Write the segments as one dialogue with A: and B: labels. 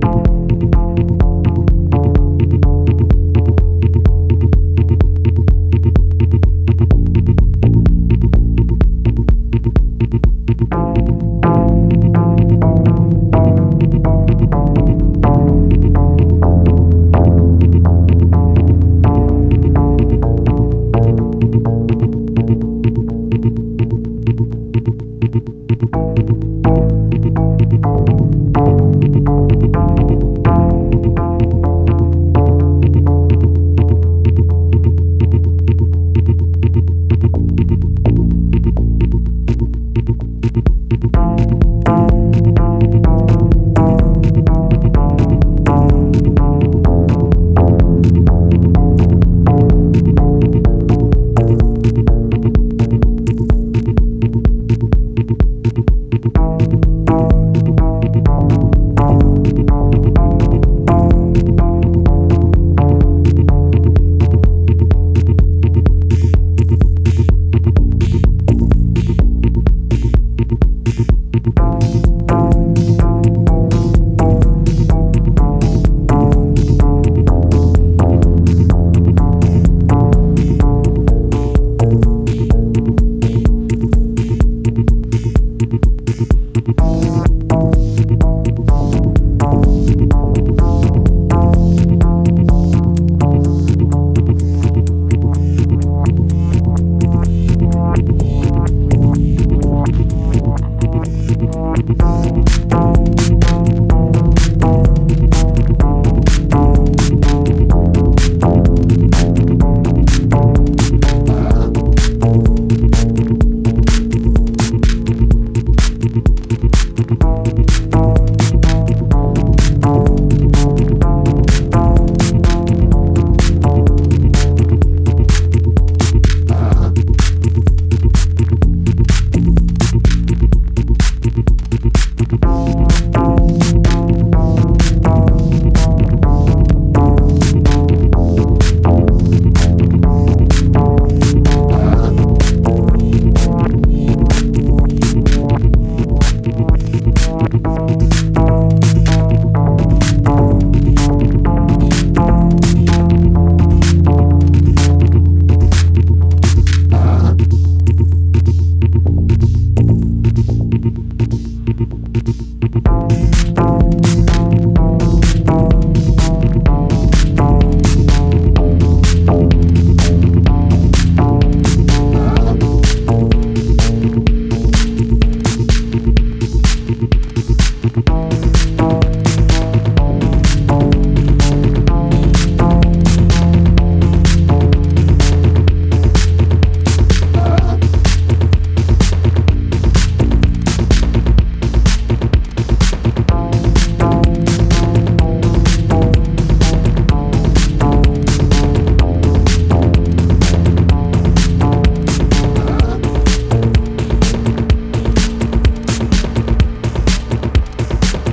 A: Thank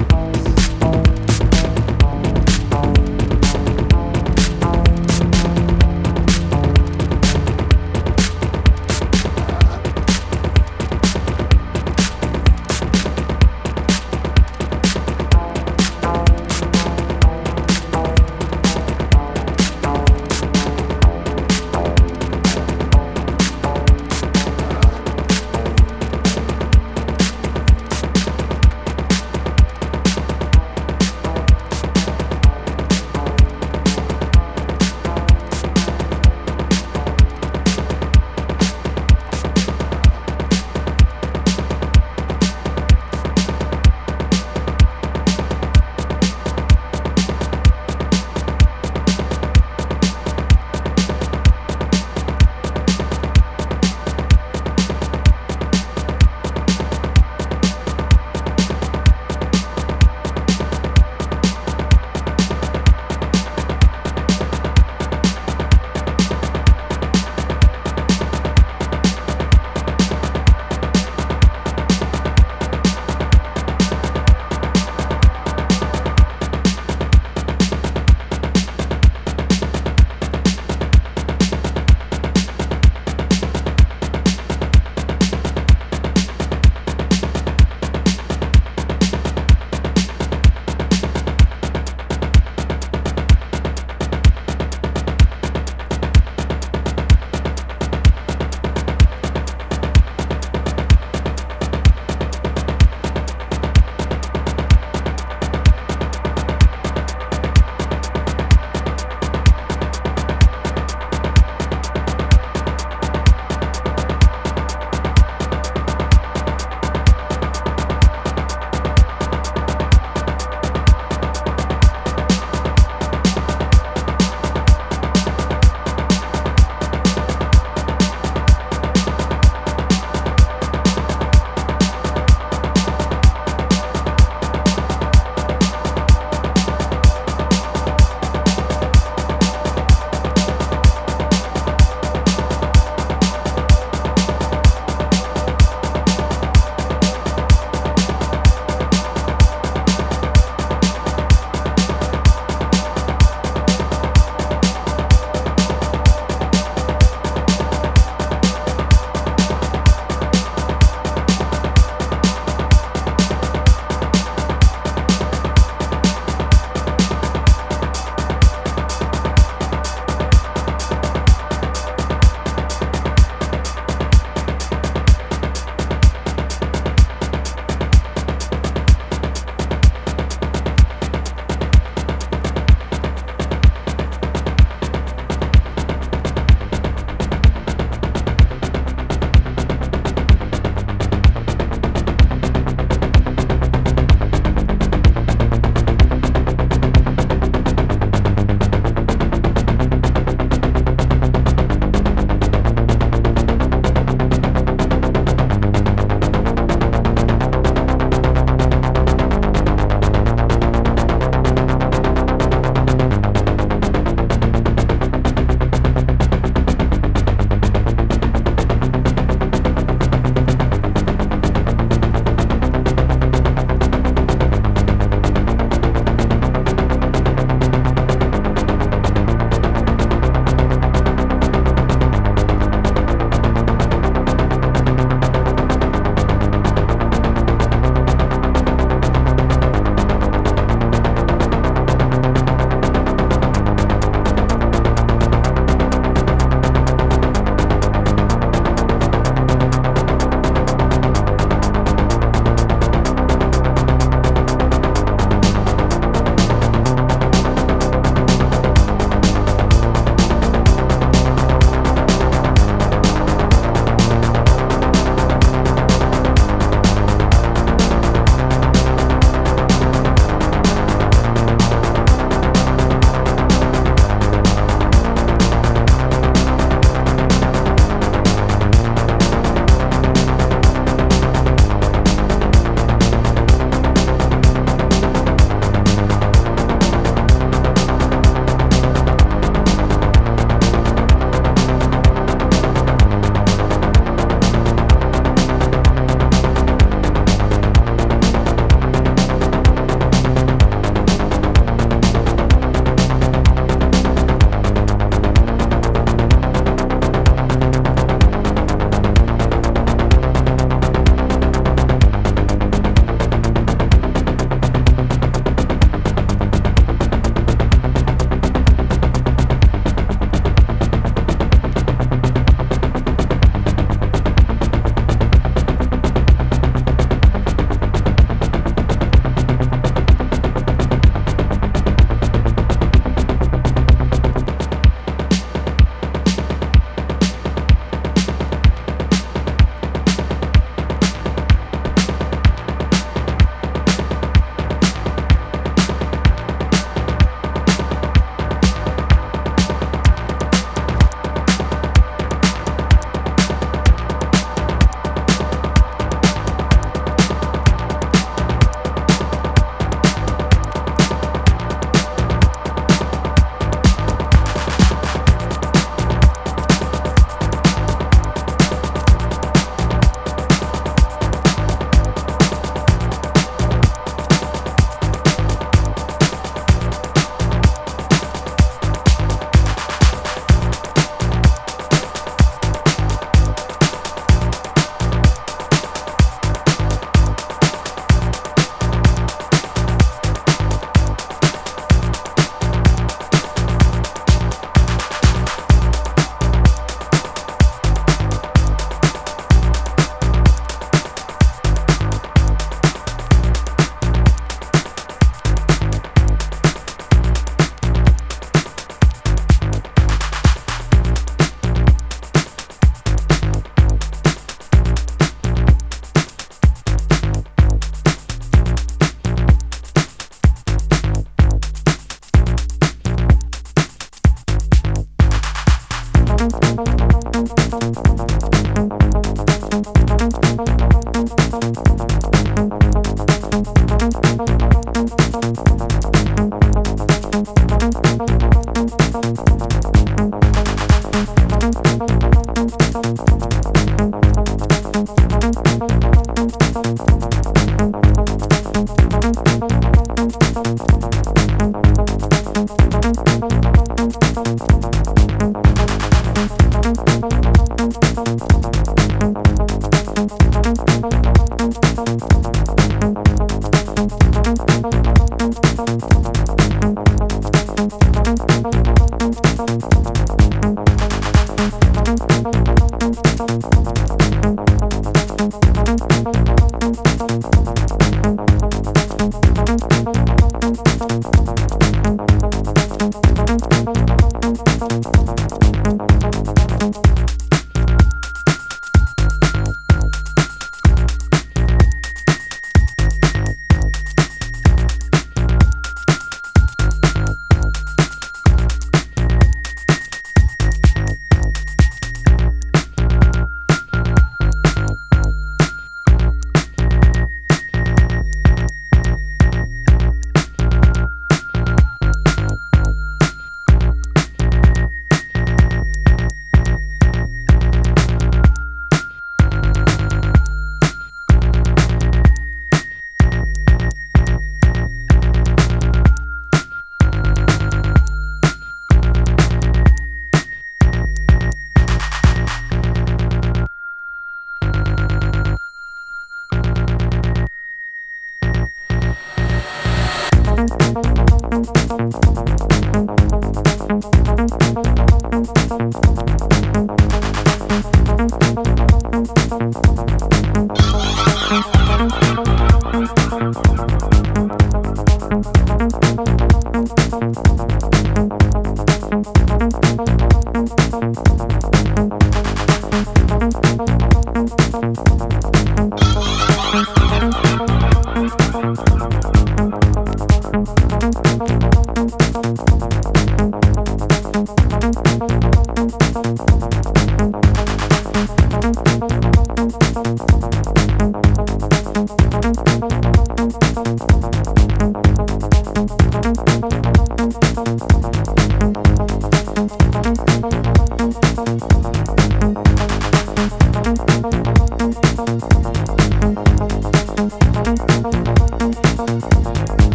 B: Thank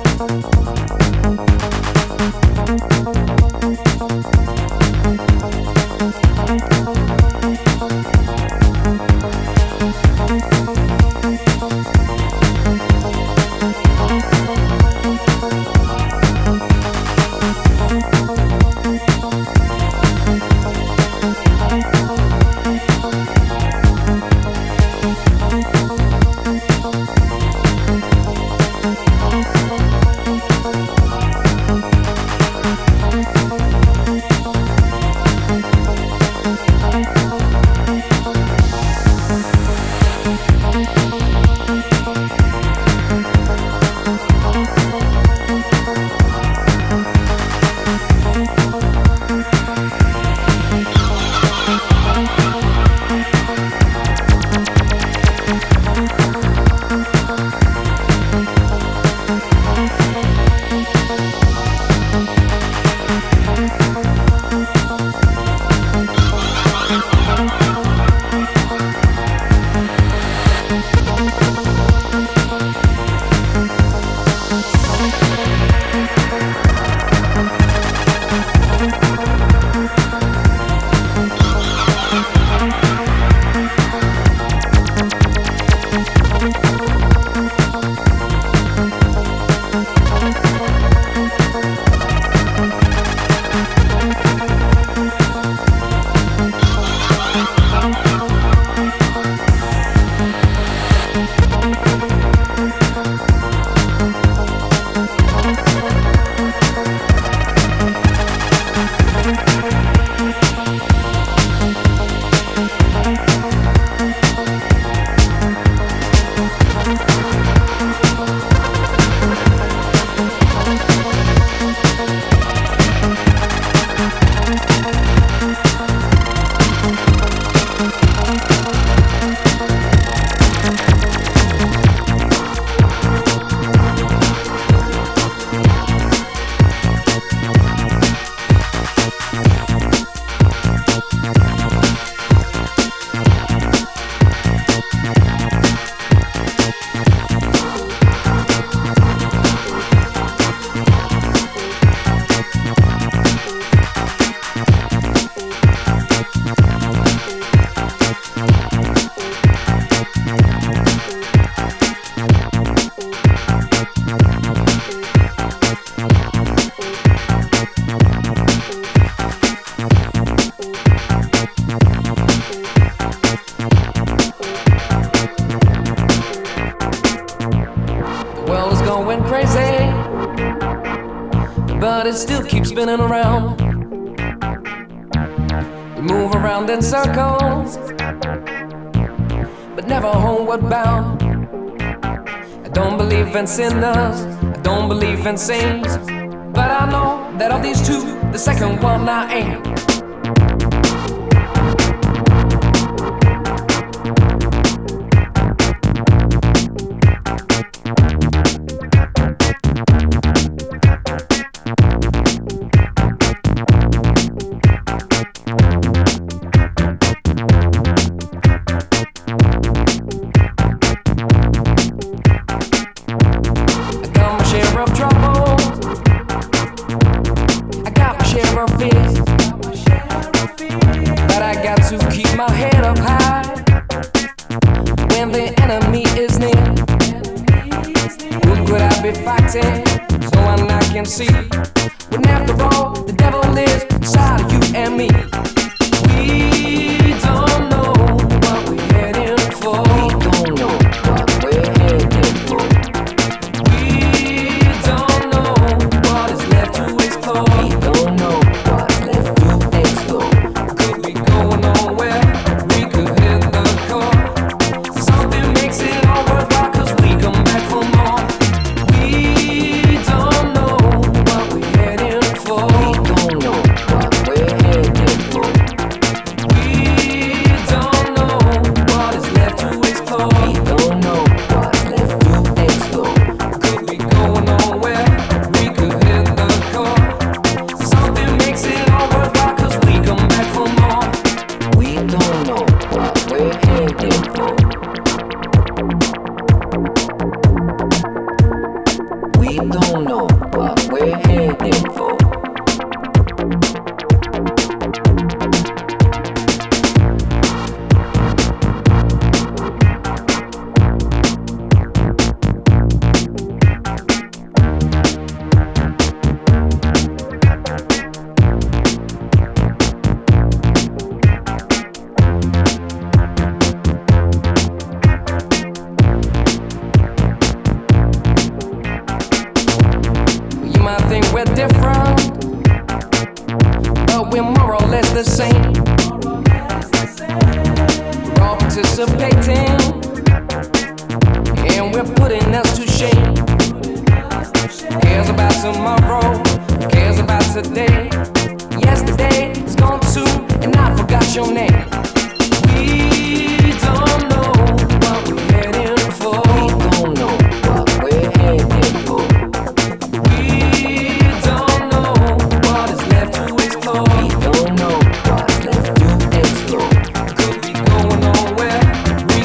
B: Thank
C: still keep spinning around. We move around in circles, but never homeward bound. I don't believe in sinners, I don't believe in saints, but I know that of these two, the second one I ain't. I got my share of troubles. I got my share of fears. But I got to keep my head up high when the enemy is near. Who could I be fighting? So I can see. When after all, the devil is inside of you and me. We don't know what we're heading for. We don't know what we're heading for. We don't know what is left to explore. We don't know what's left to explore. Could be going nowhere. We could hit the core. Something makes it all worthwhile 'cause we come back for more. We don't know what we're heading for. We don't know what we're heading for. We don't know what is left to explore. We don't know what's left to explore. Could be going nowhere. We could hit the core. Something makes it all worthwhile 'cause we come back for more. We don't know what we're heading for. We don't know what we're heading for. You might think we're different, but we're more or less the same. We're all participating, and we're putting us to shame. Who cares about tomorrow? Who cares about today? Yesterday is gone too, and I forgot your name. We don't know what we're heading for. We don't know what we're heading for. We don't know what is left to explore. We don't know what's left to explore. Could be going nowhere. We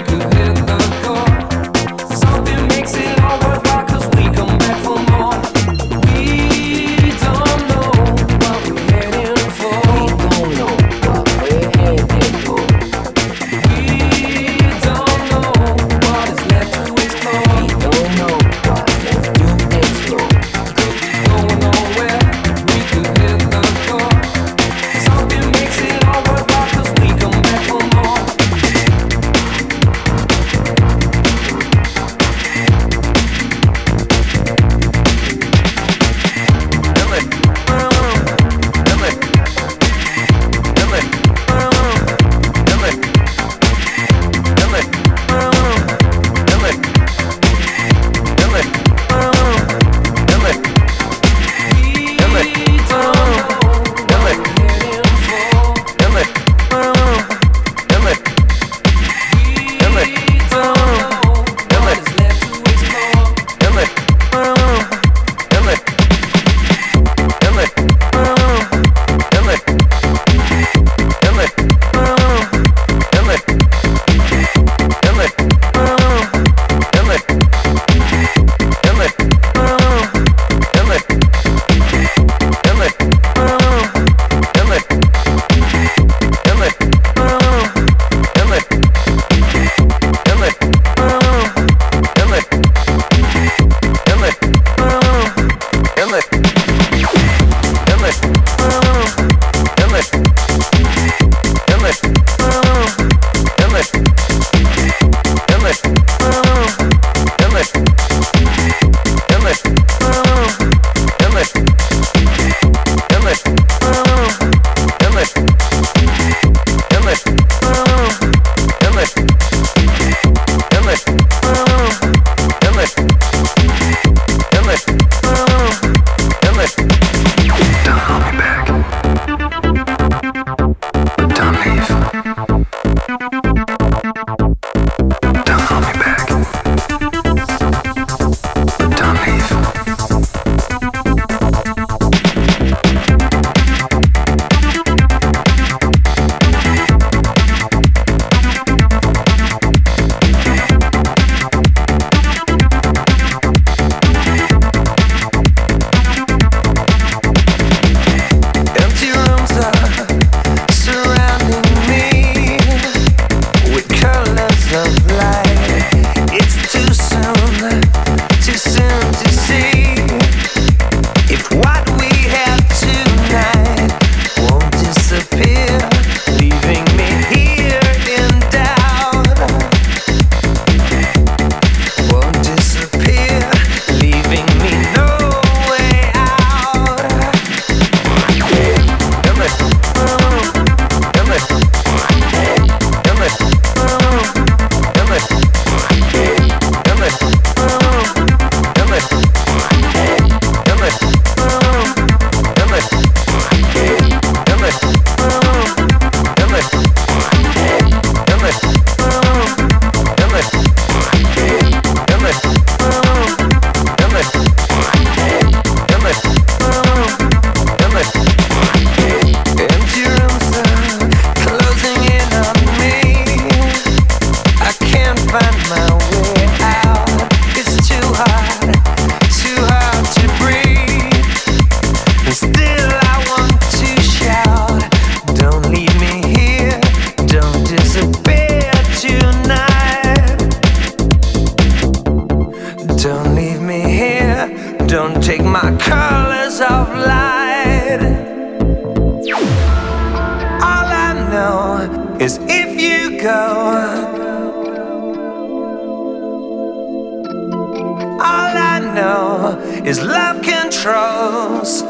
D: is love controls.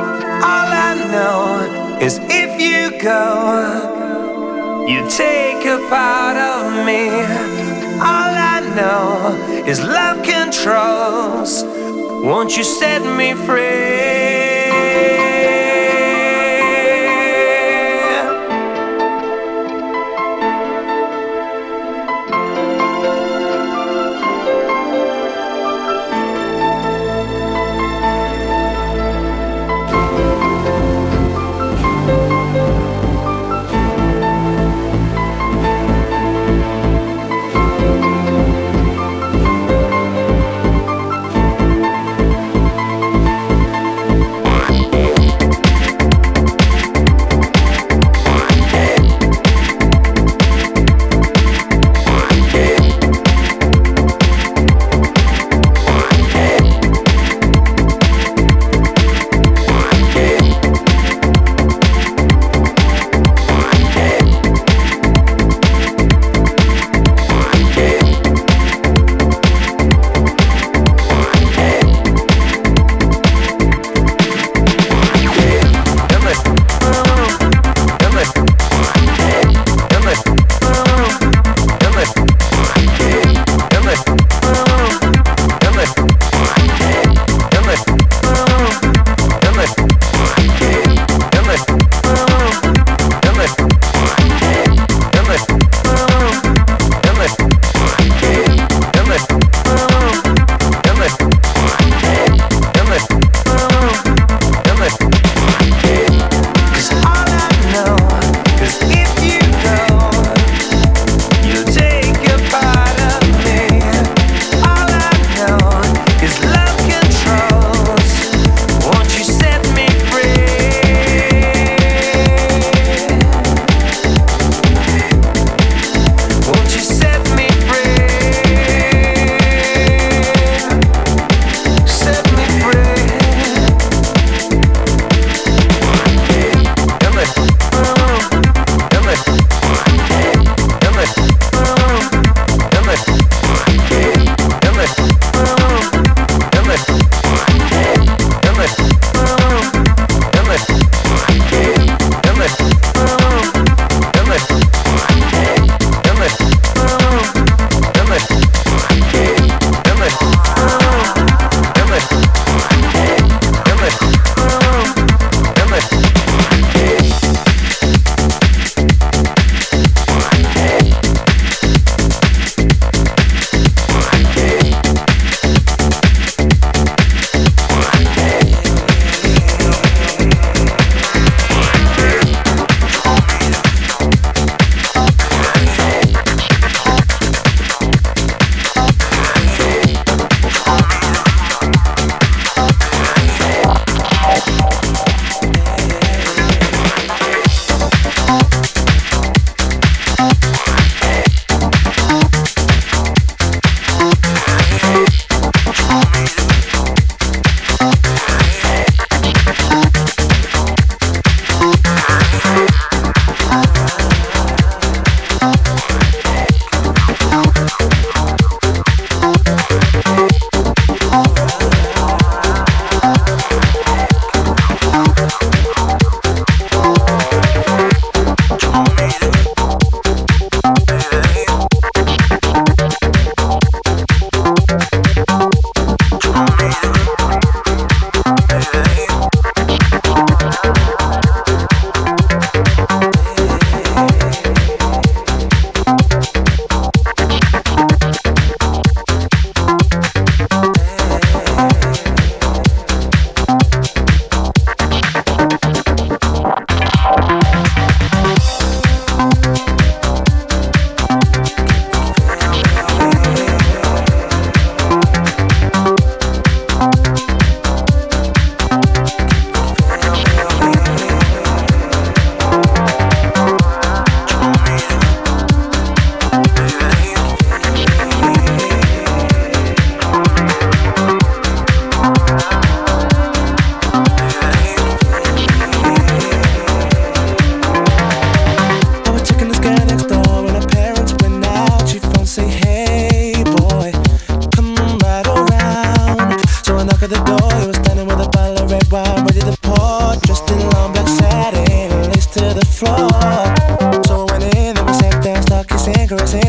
D: All I know is if you go, you take a part of me. All I know is love controls. Won't you set me free?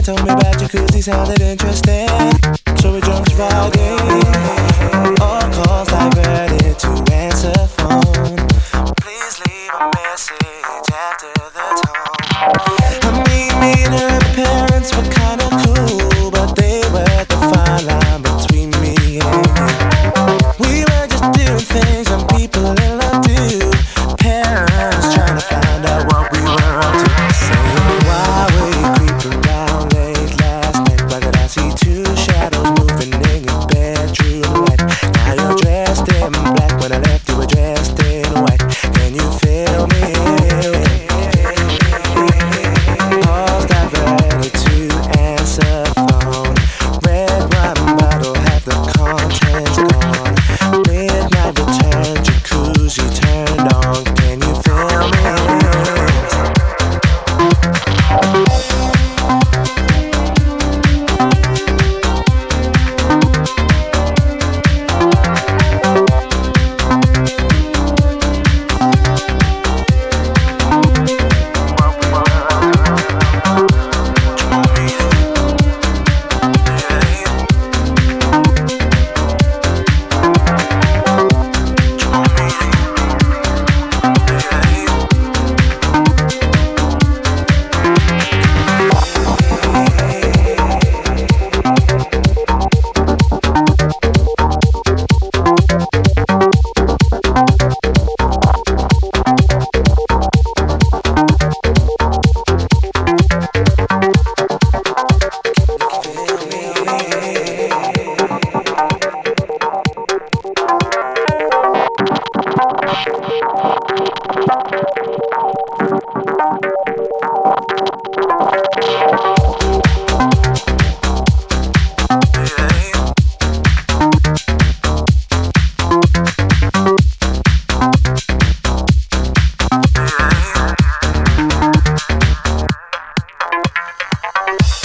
E: tell me about you cause he sounded interesting. So we jumped right in. All calls diverted to answer phone. Please leave a message after the tone. I mean, me and her parents were kinda cool, but they were the fine line between me and you. We were just doing things some people in love do. Parents trying to find out what we were up to. Saying why were you creeping around late last night? Why could I see two shadows moving in your bedroom light? Now you're dressed in black. When I left, you were dressed in white. Can you feel me? Paused, I ready to answer phone. Red wine bottle, have the contents gone. Midnight return, jacuzzi turned on. Can you feel me?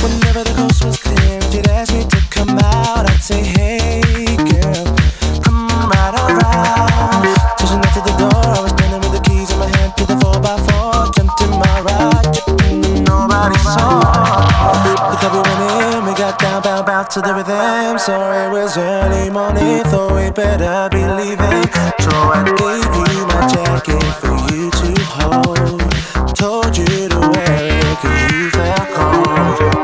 E: Whenever the coast was clear, if you'd ask me to come out, I'd say, hey girl, come right around. Pushing up to the door, I was standing with the keys in my hand to the 4x4, jumped in my ride, tripping, nobody saw. The couple went in, we got down, bound, bound to the rhythm. So it was early morning, thought we better be leaving. So I gave you my jacket for you to hold. Told you to wear it, cause you felt cold.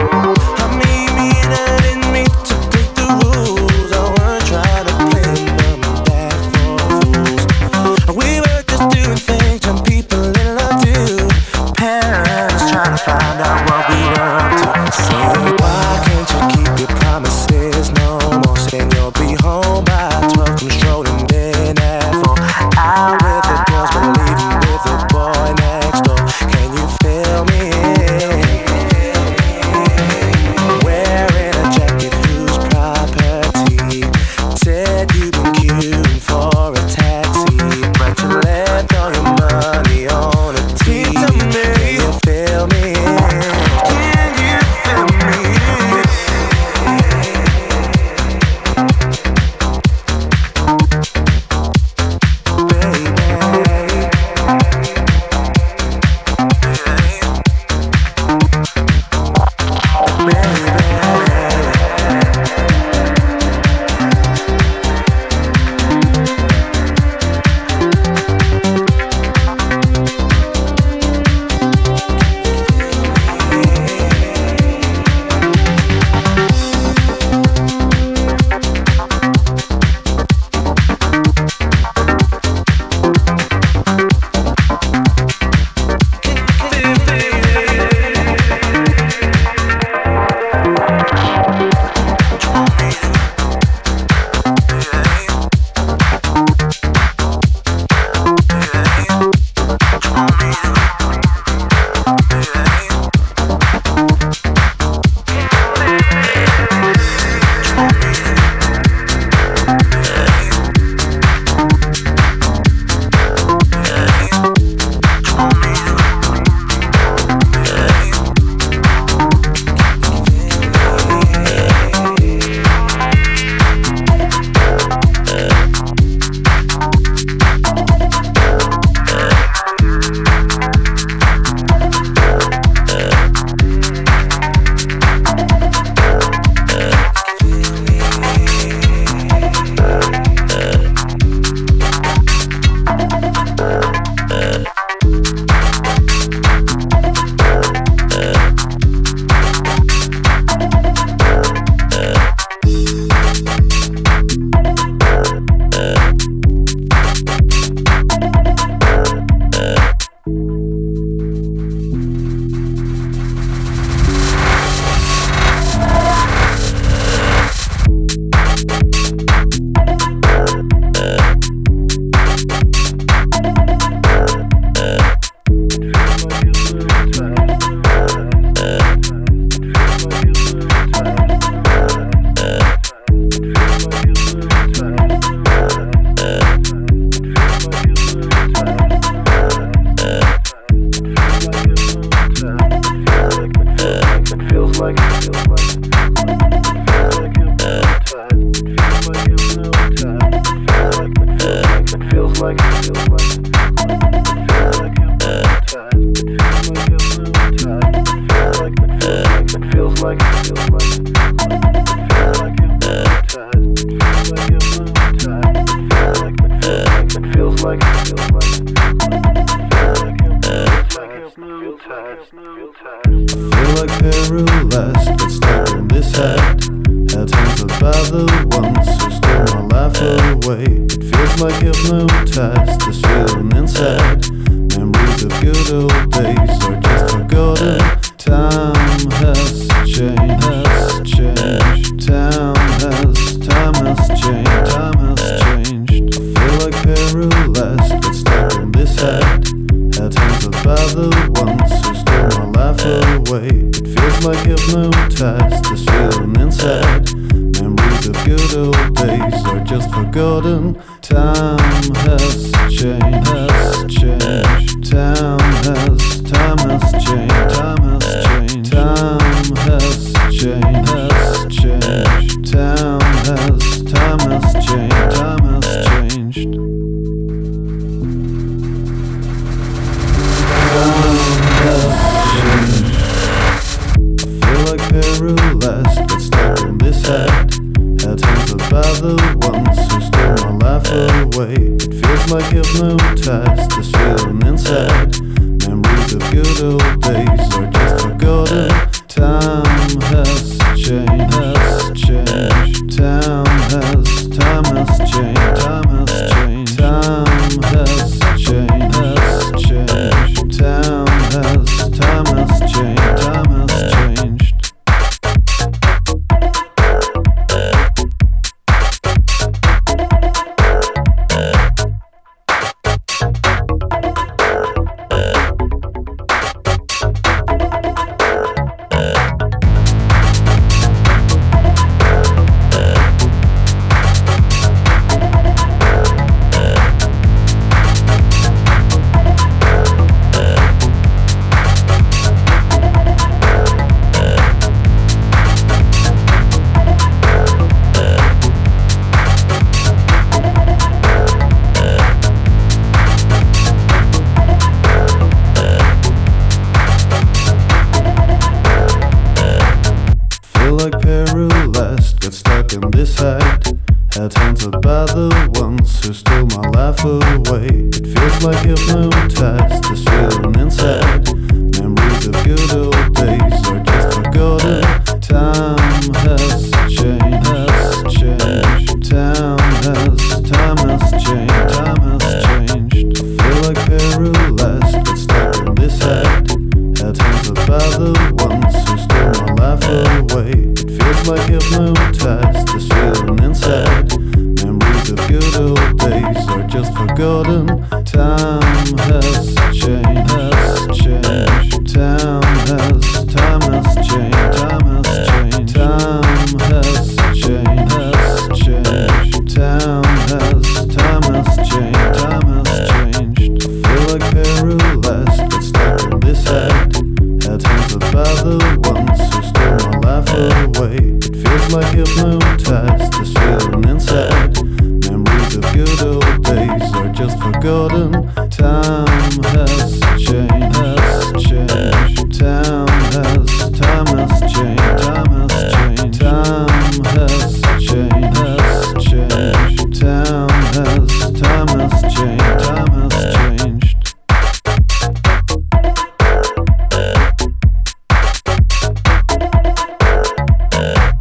E: I mean, me and I didn't mean to break the rules. I weren't trying to play dumb and bad for fools. We were just doing things some people in love do. Parents trying to find out what we were up to. So why can't you keep your promises no more? Saying you'll be home by 12, I'm strolling in at 4. Out with the girls, believe me,
F: Thank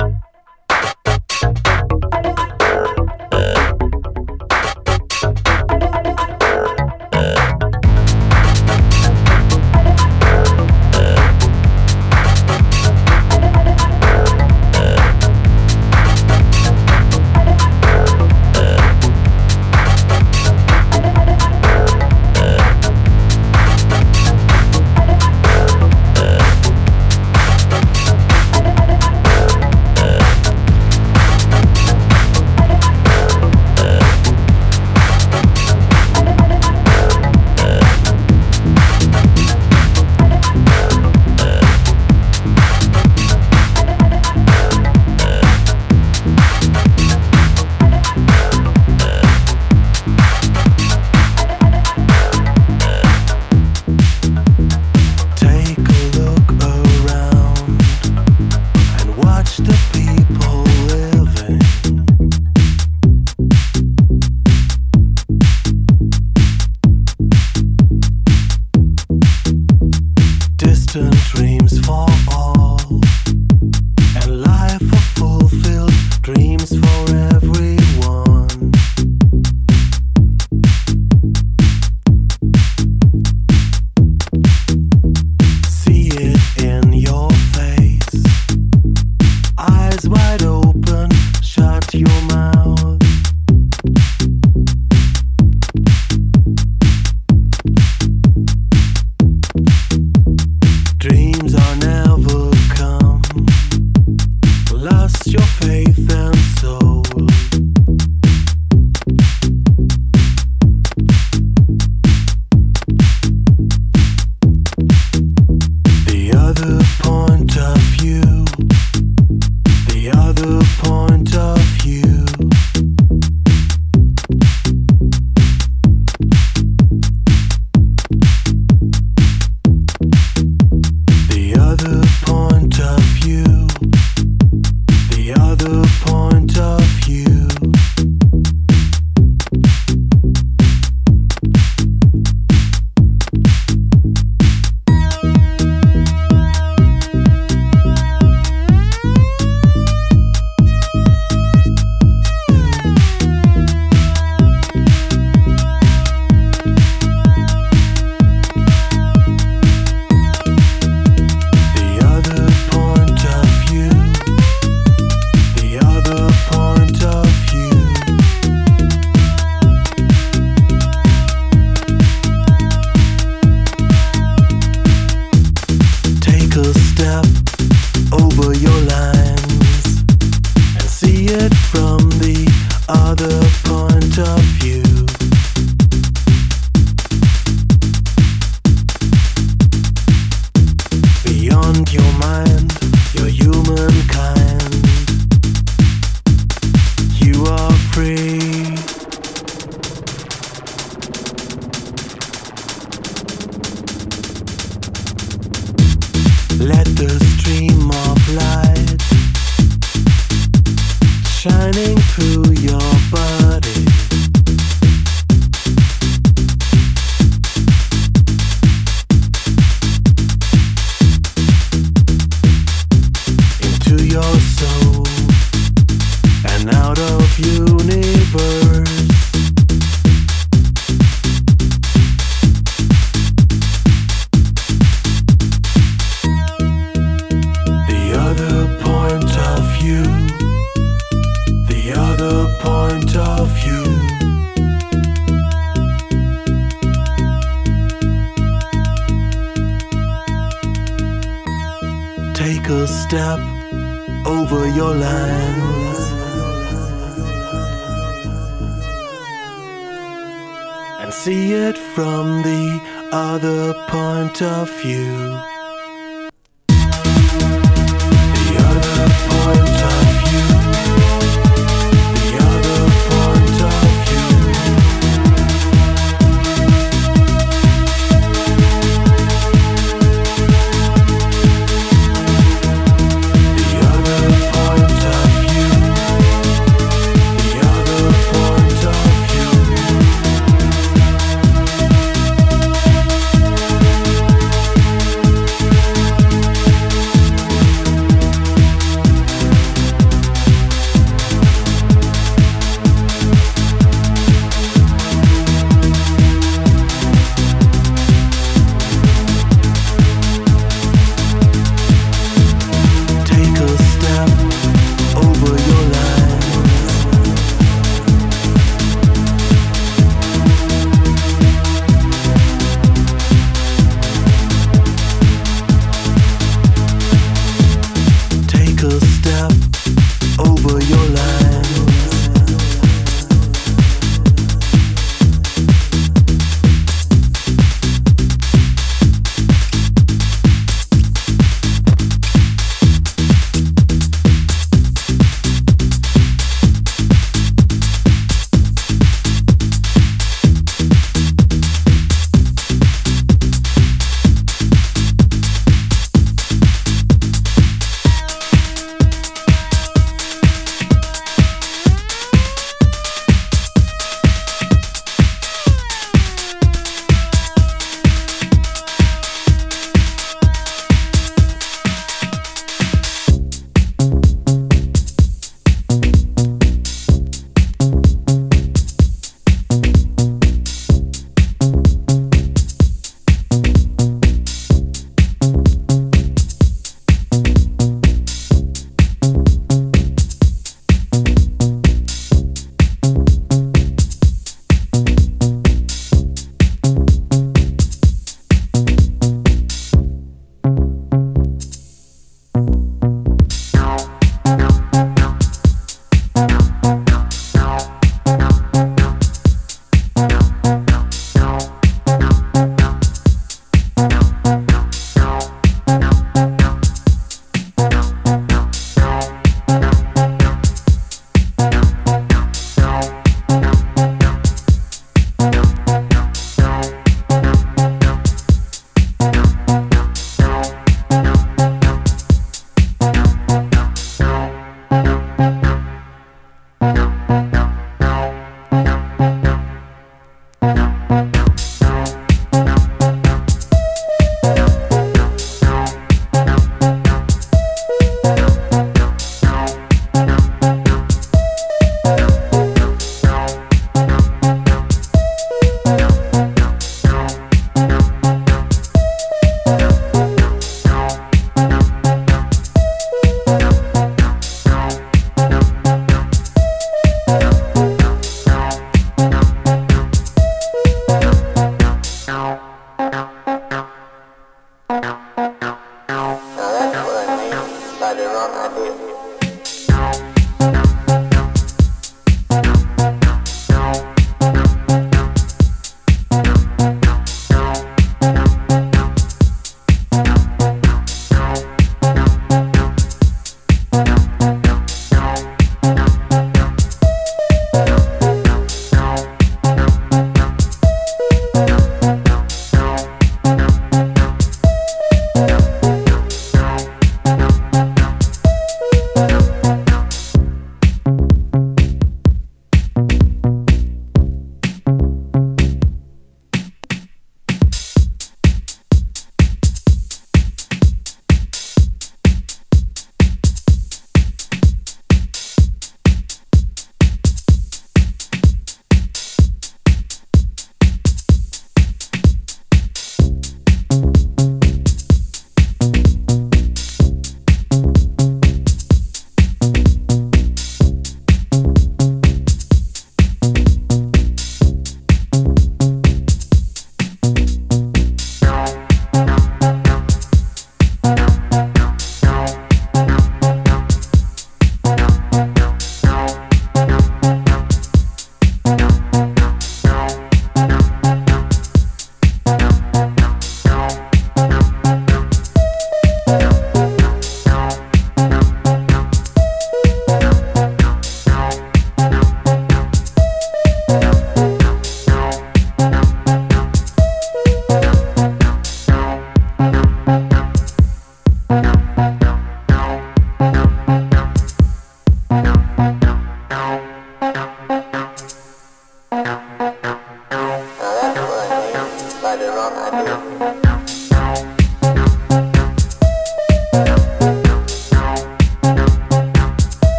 G: certain dreams for all, and life of fulfilled dreams for everyone. See it in your face, eyes wide open, shut your mouth. Dreams are never come. Lost your faith and soul. The other point of view. The other point of view. The other point of view. The other point of view. The other point of view. The other point of view. Take a step over your lines and see it from the other point of view. beyond your mind, your humankind. You are free. Let the stream of light shining through your body. into your soul and out of universe. The other point of view, the other point of view. Take a step over your lines. And see it from the other point of view. The other point of view. The other point of view. The other point of view. The other point of view.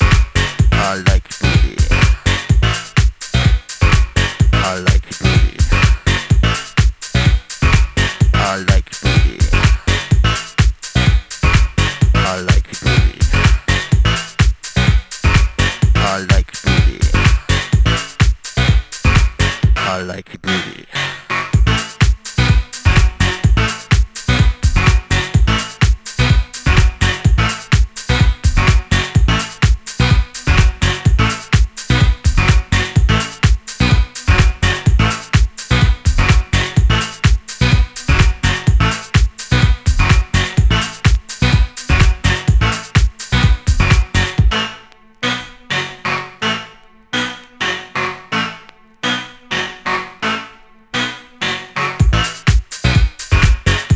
H: I like booty.
I: Freaky Booty.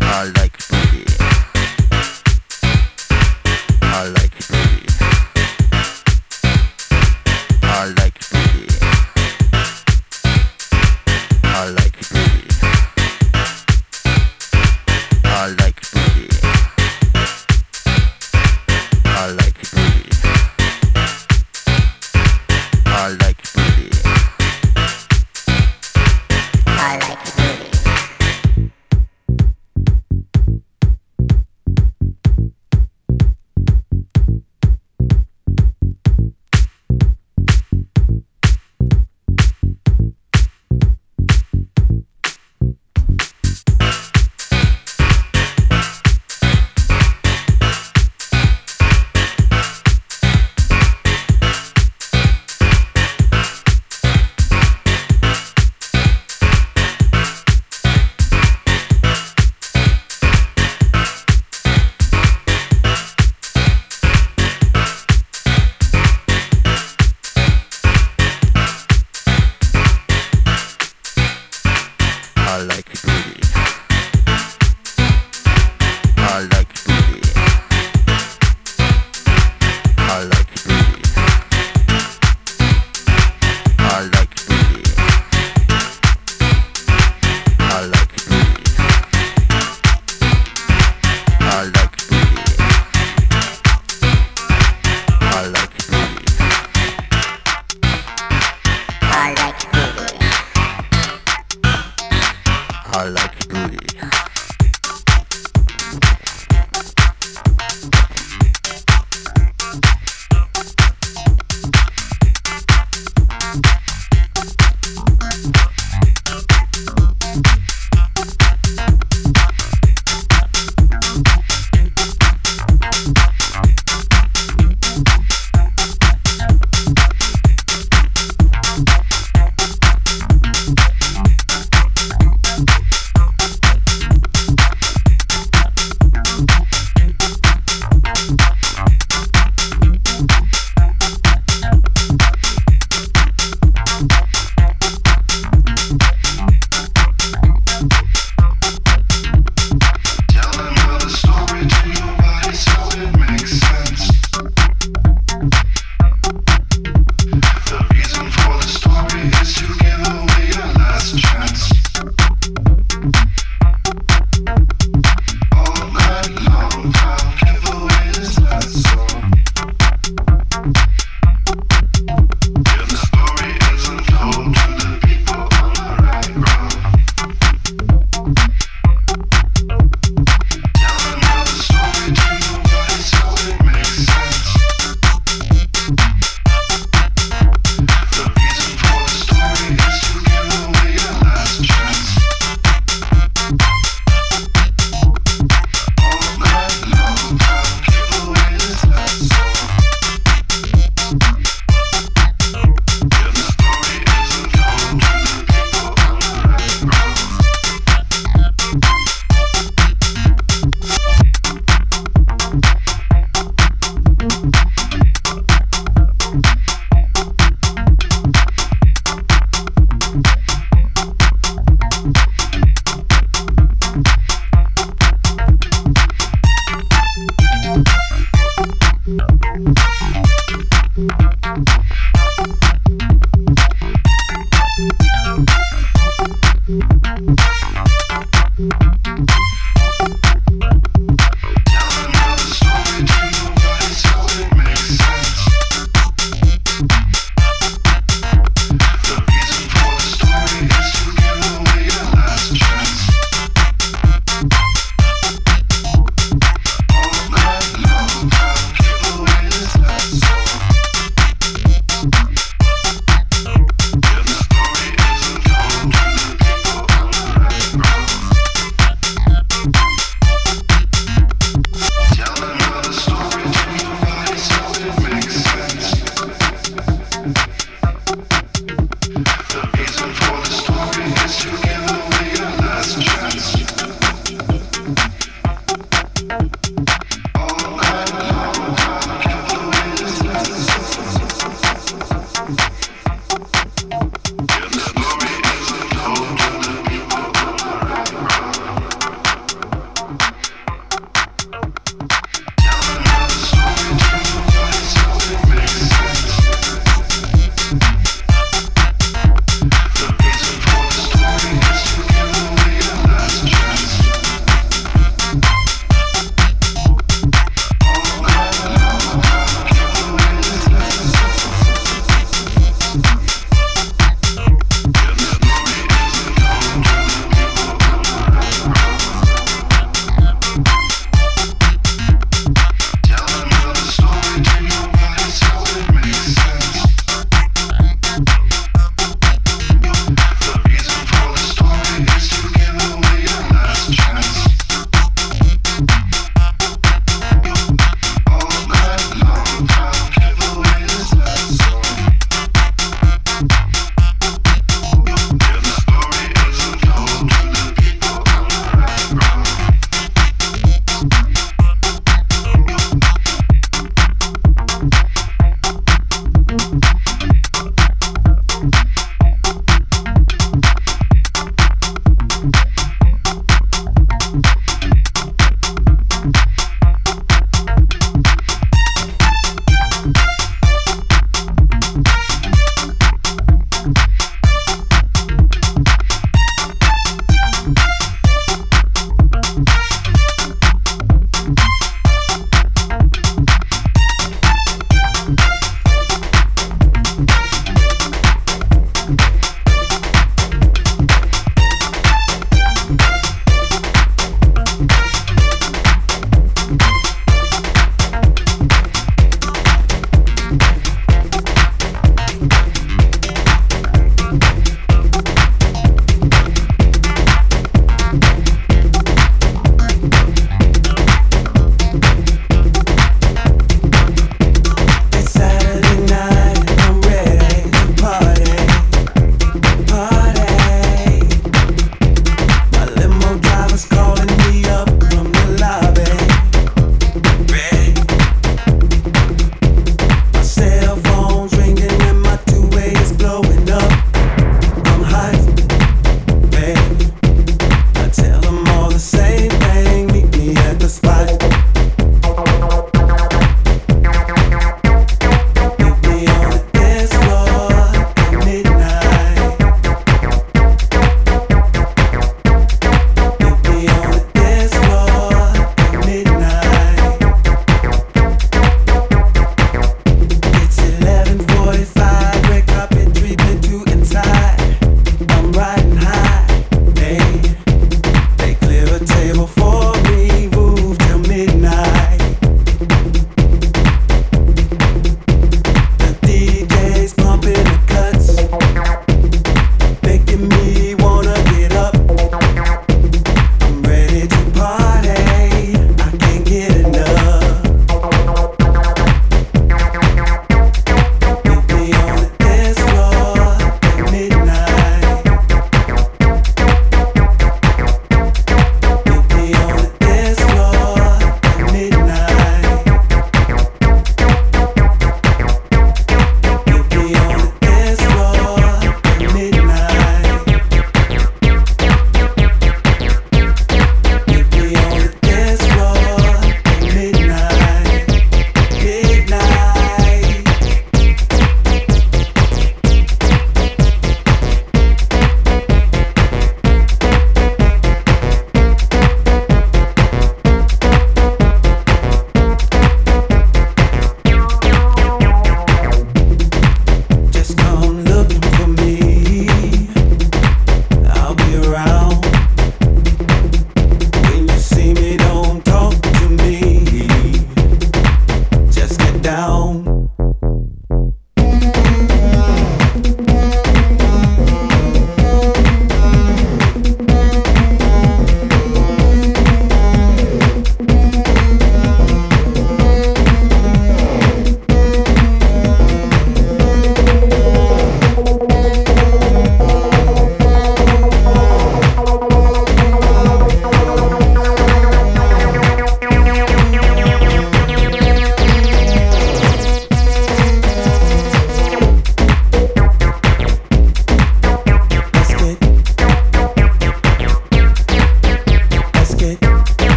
I: I like booty. I like booty. I like booty. I like booty. I like booty. I like booty. I like booty.
J: I like booty.
I: I like booty. I like booty. I like booty. I like booty. I like booty. I like booty. I like booty.
J: I like booty.
I: I like booty.
K: The reason for the story is to give away your last chance. All night long, I'll give away this last song. If the story isn't told to the people on the right road, tell another story to nobody so it makes sense. The reason for the story is to give away your last chance. All night long, I'll give away this last song. If the story isn't told to the people on the right road, Tell another story to nobody so it makes sense. The reason for the story is to give away your last chance. All night long, I'll give away this last song. If the story isn't told to the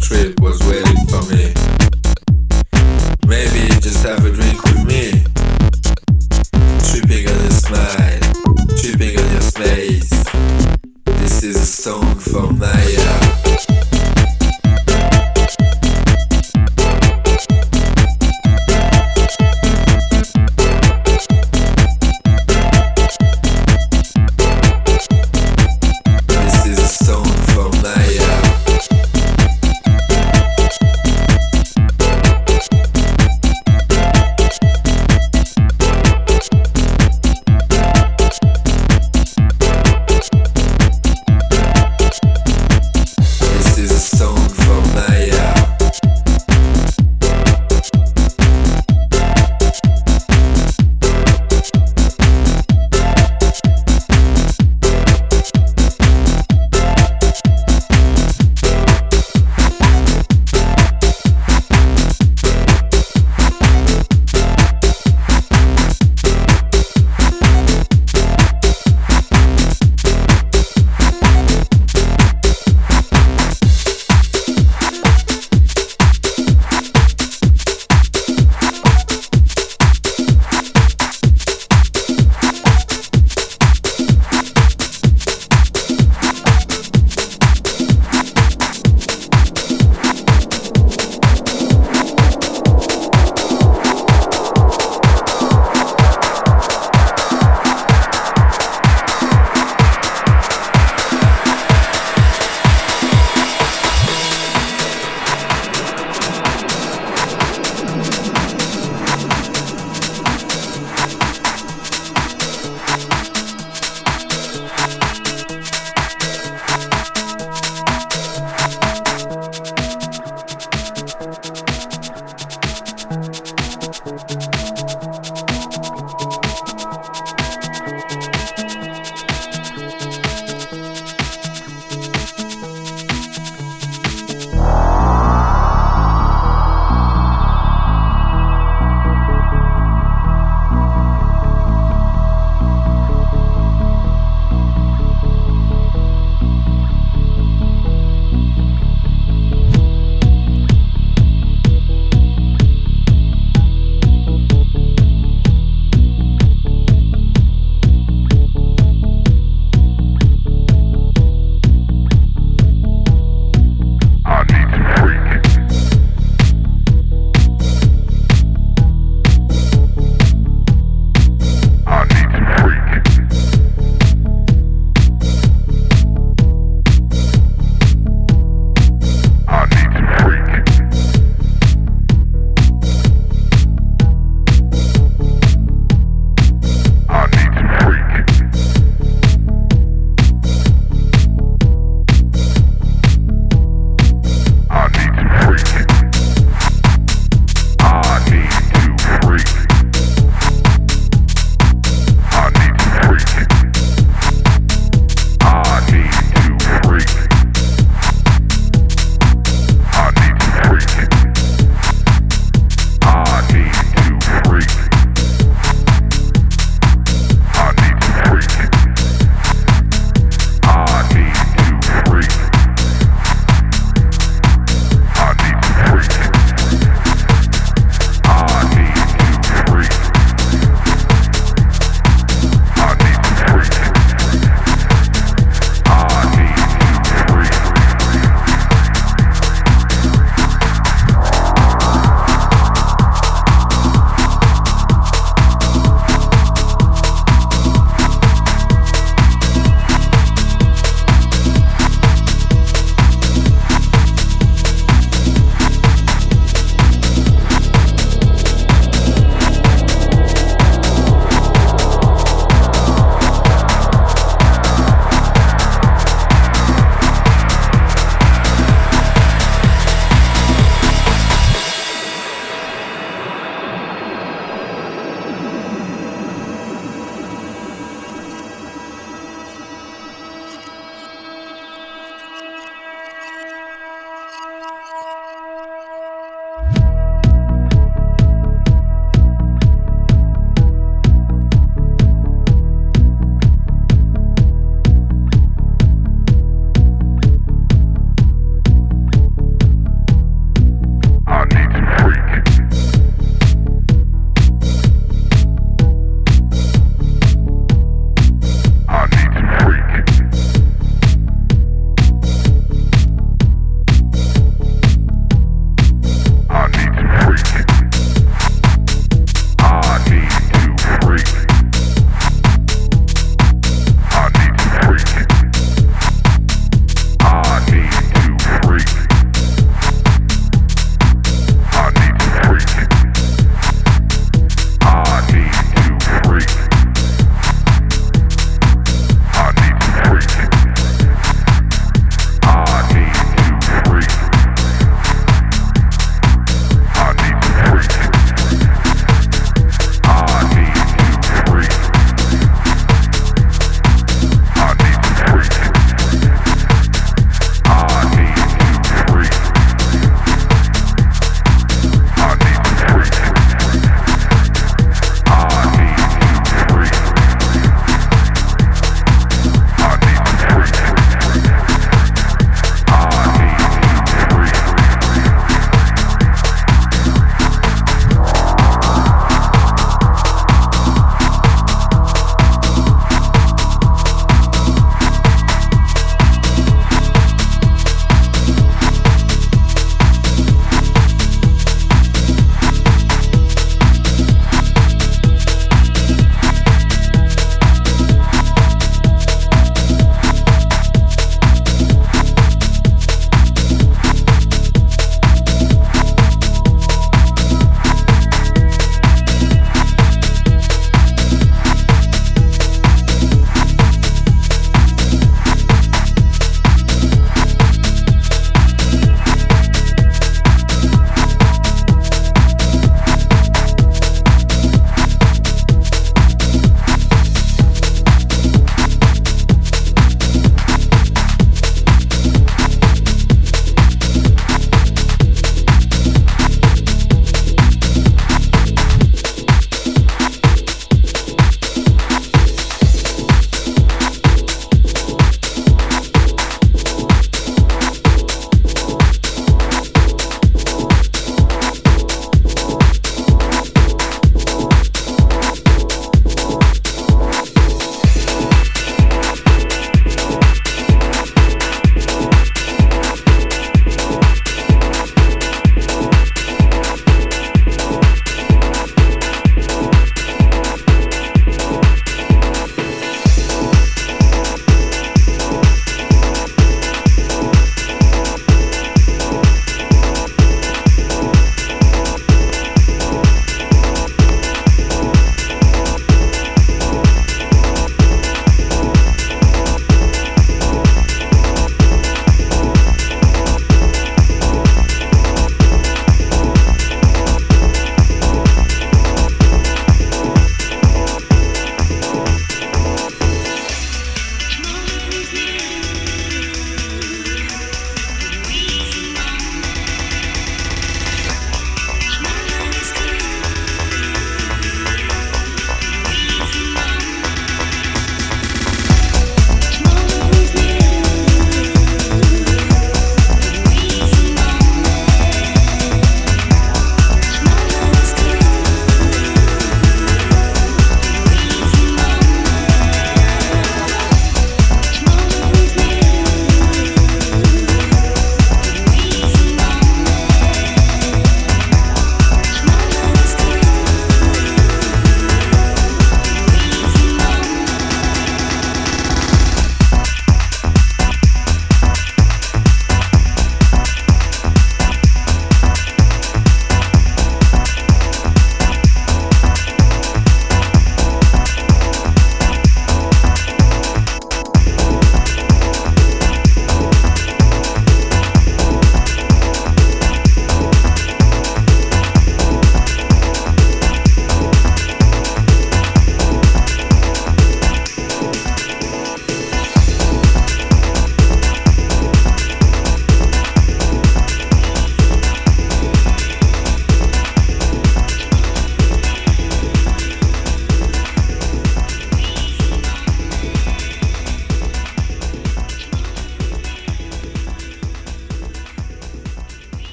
L: trade was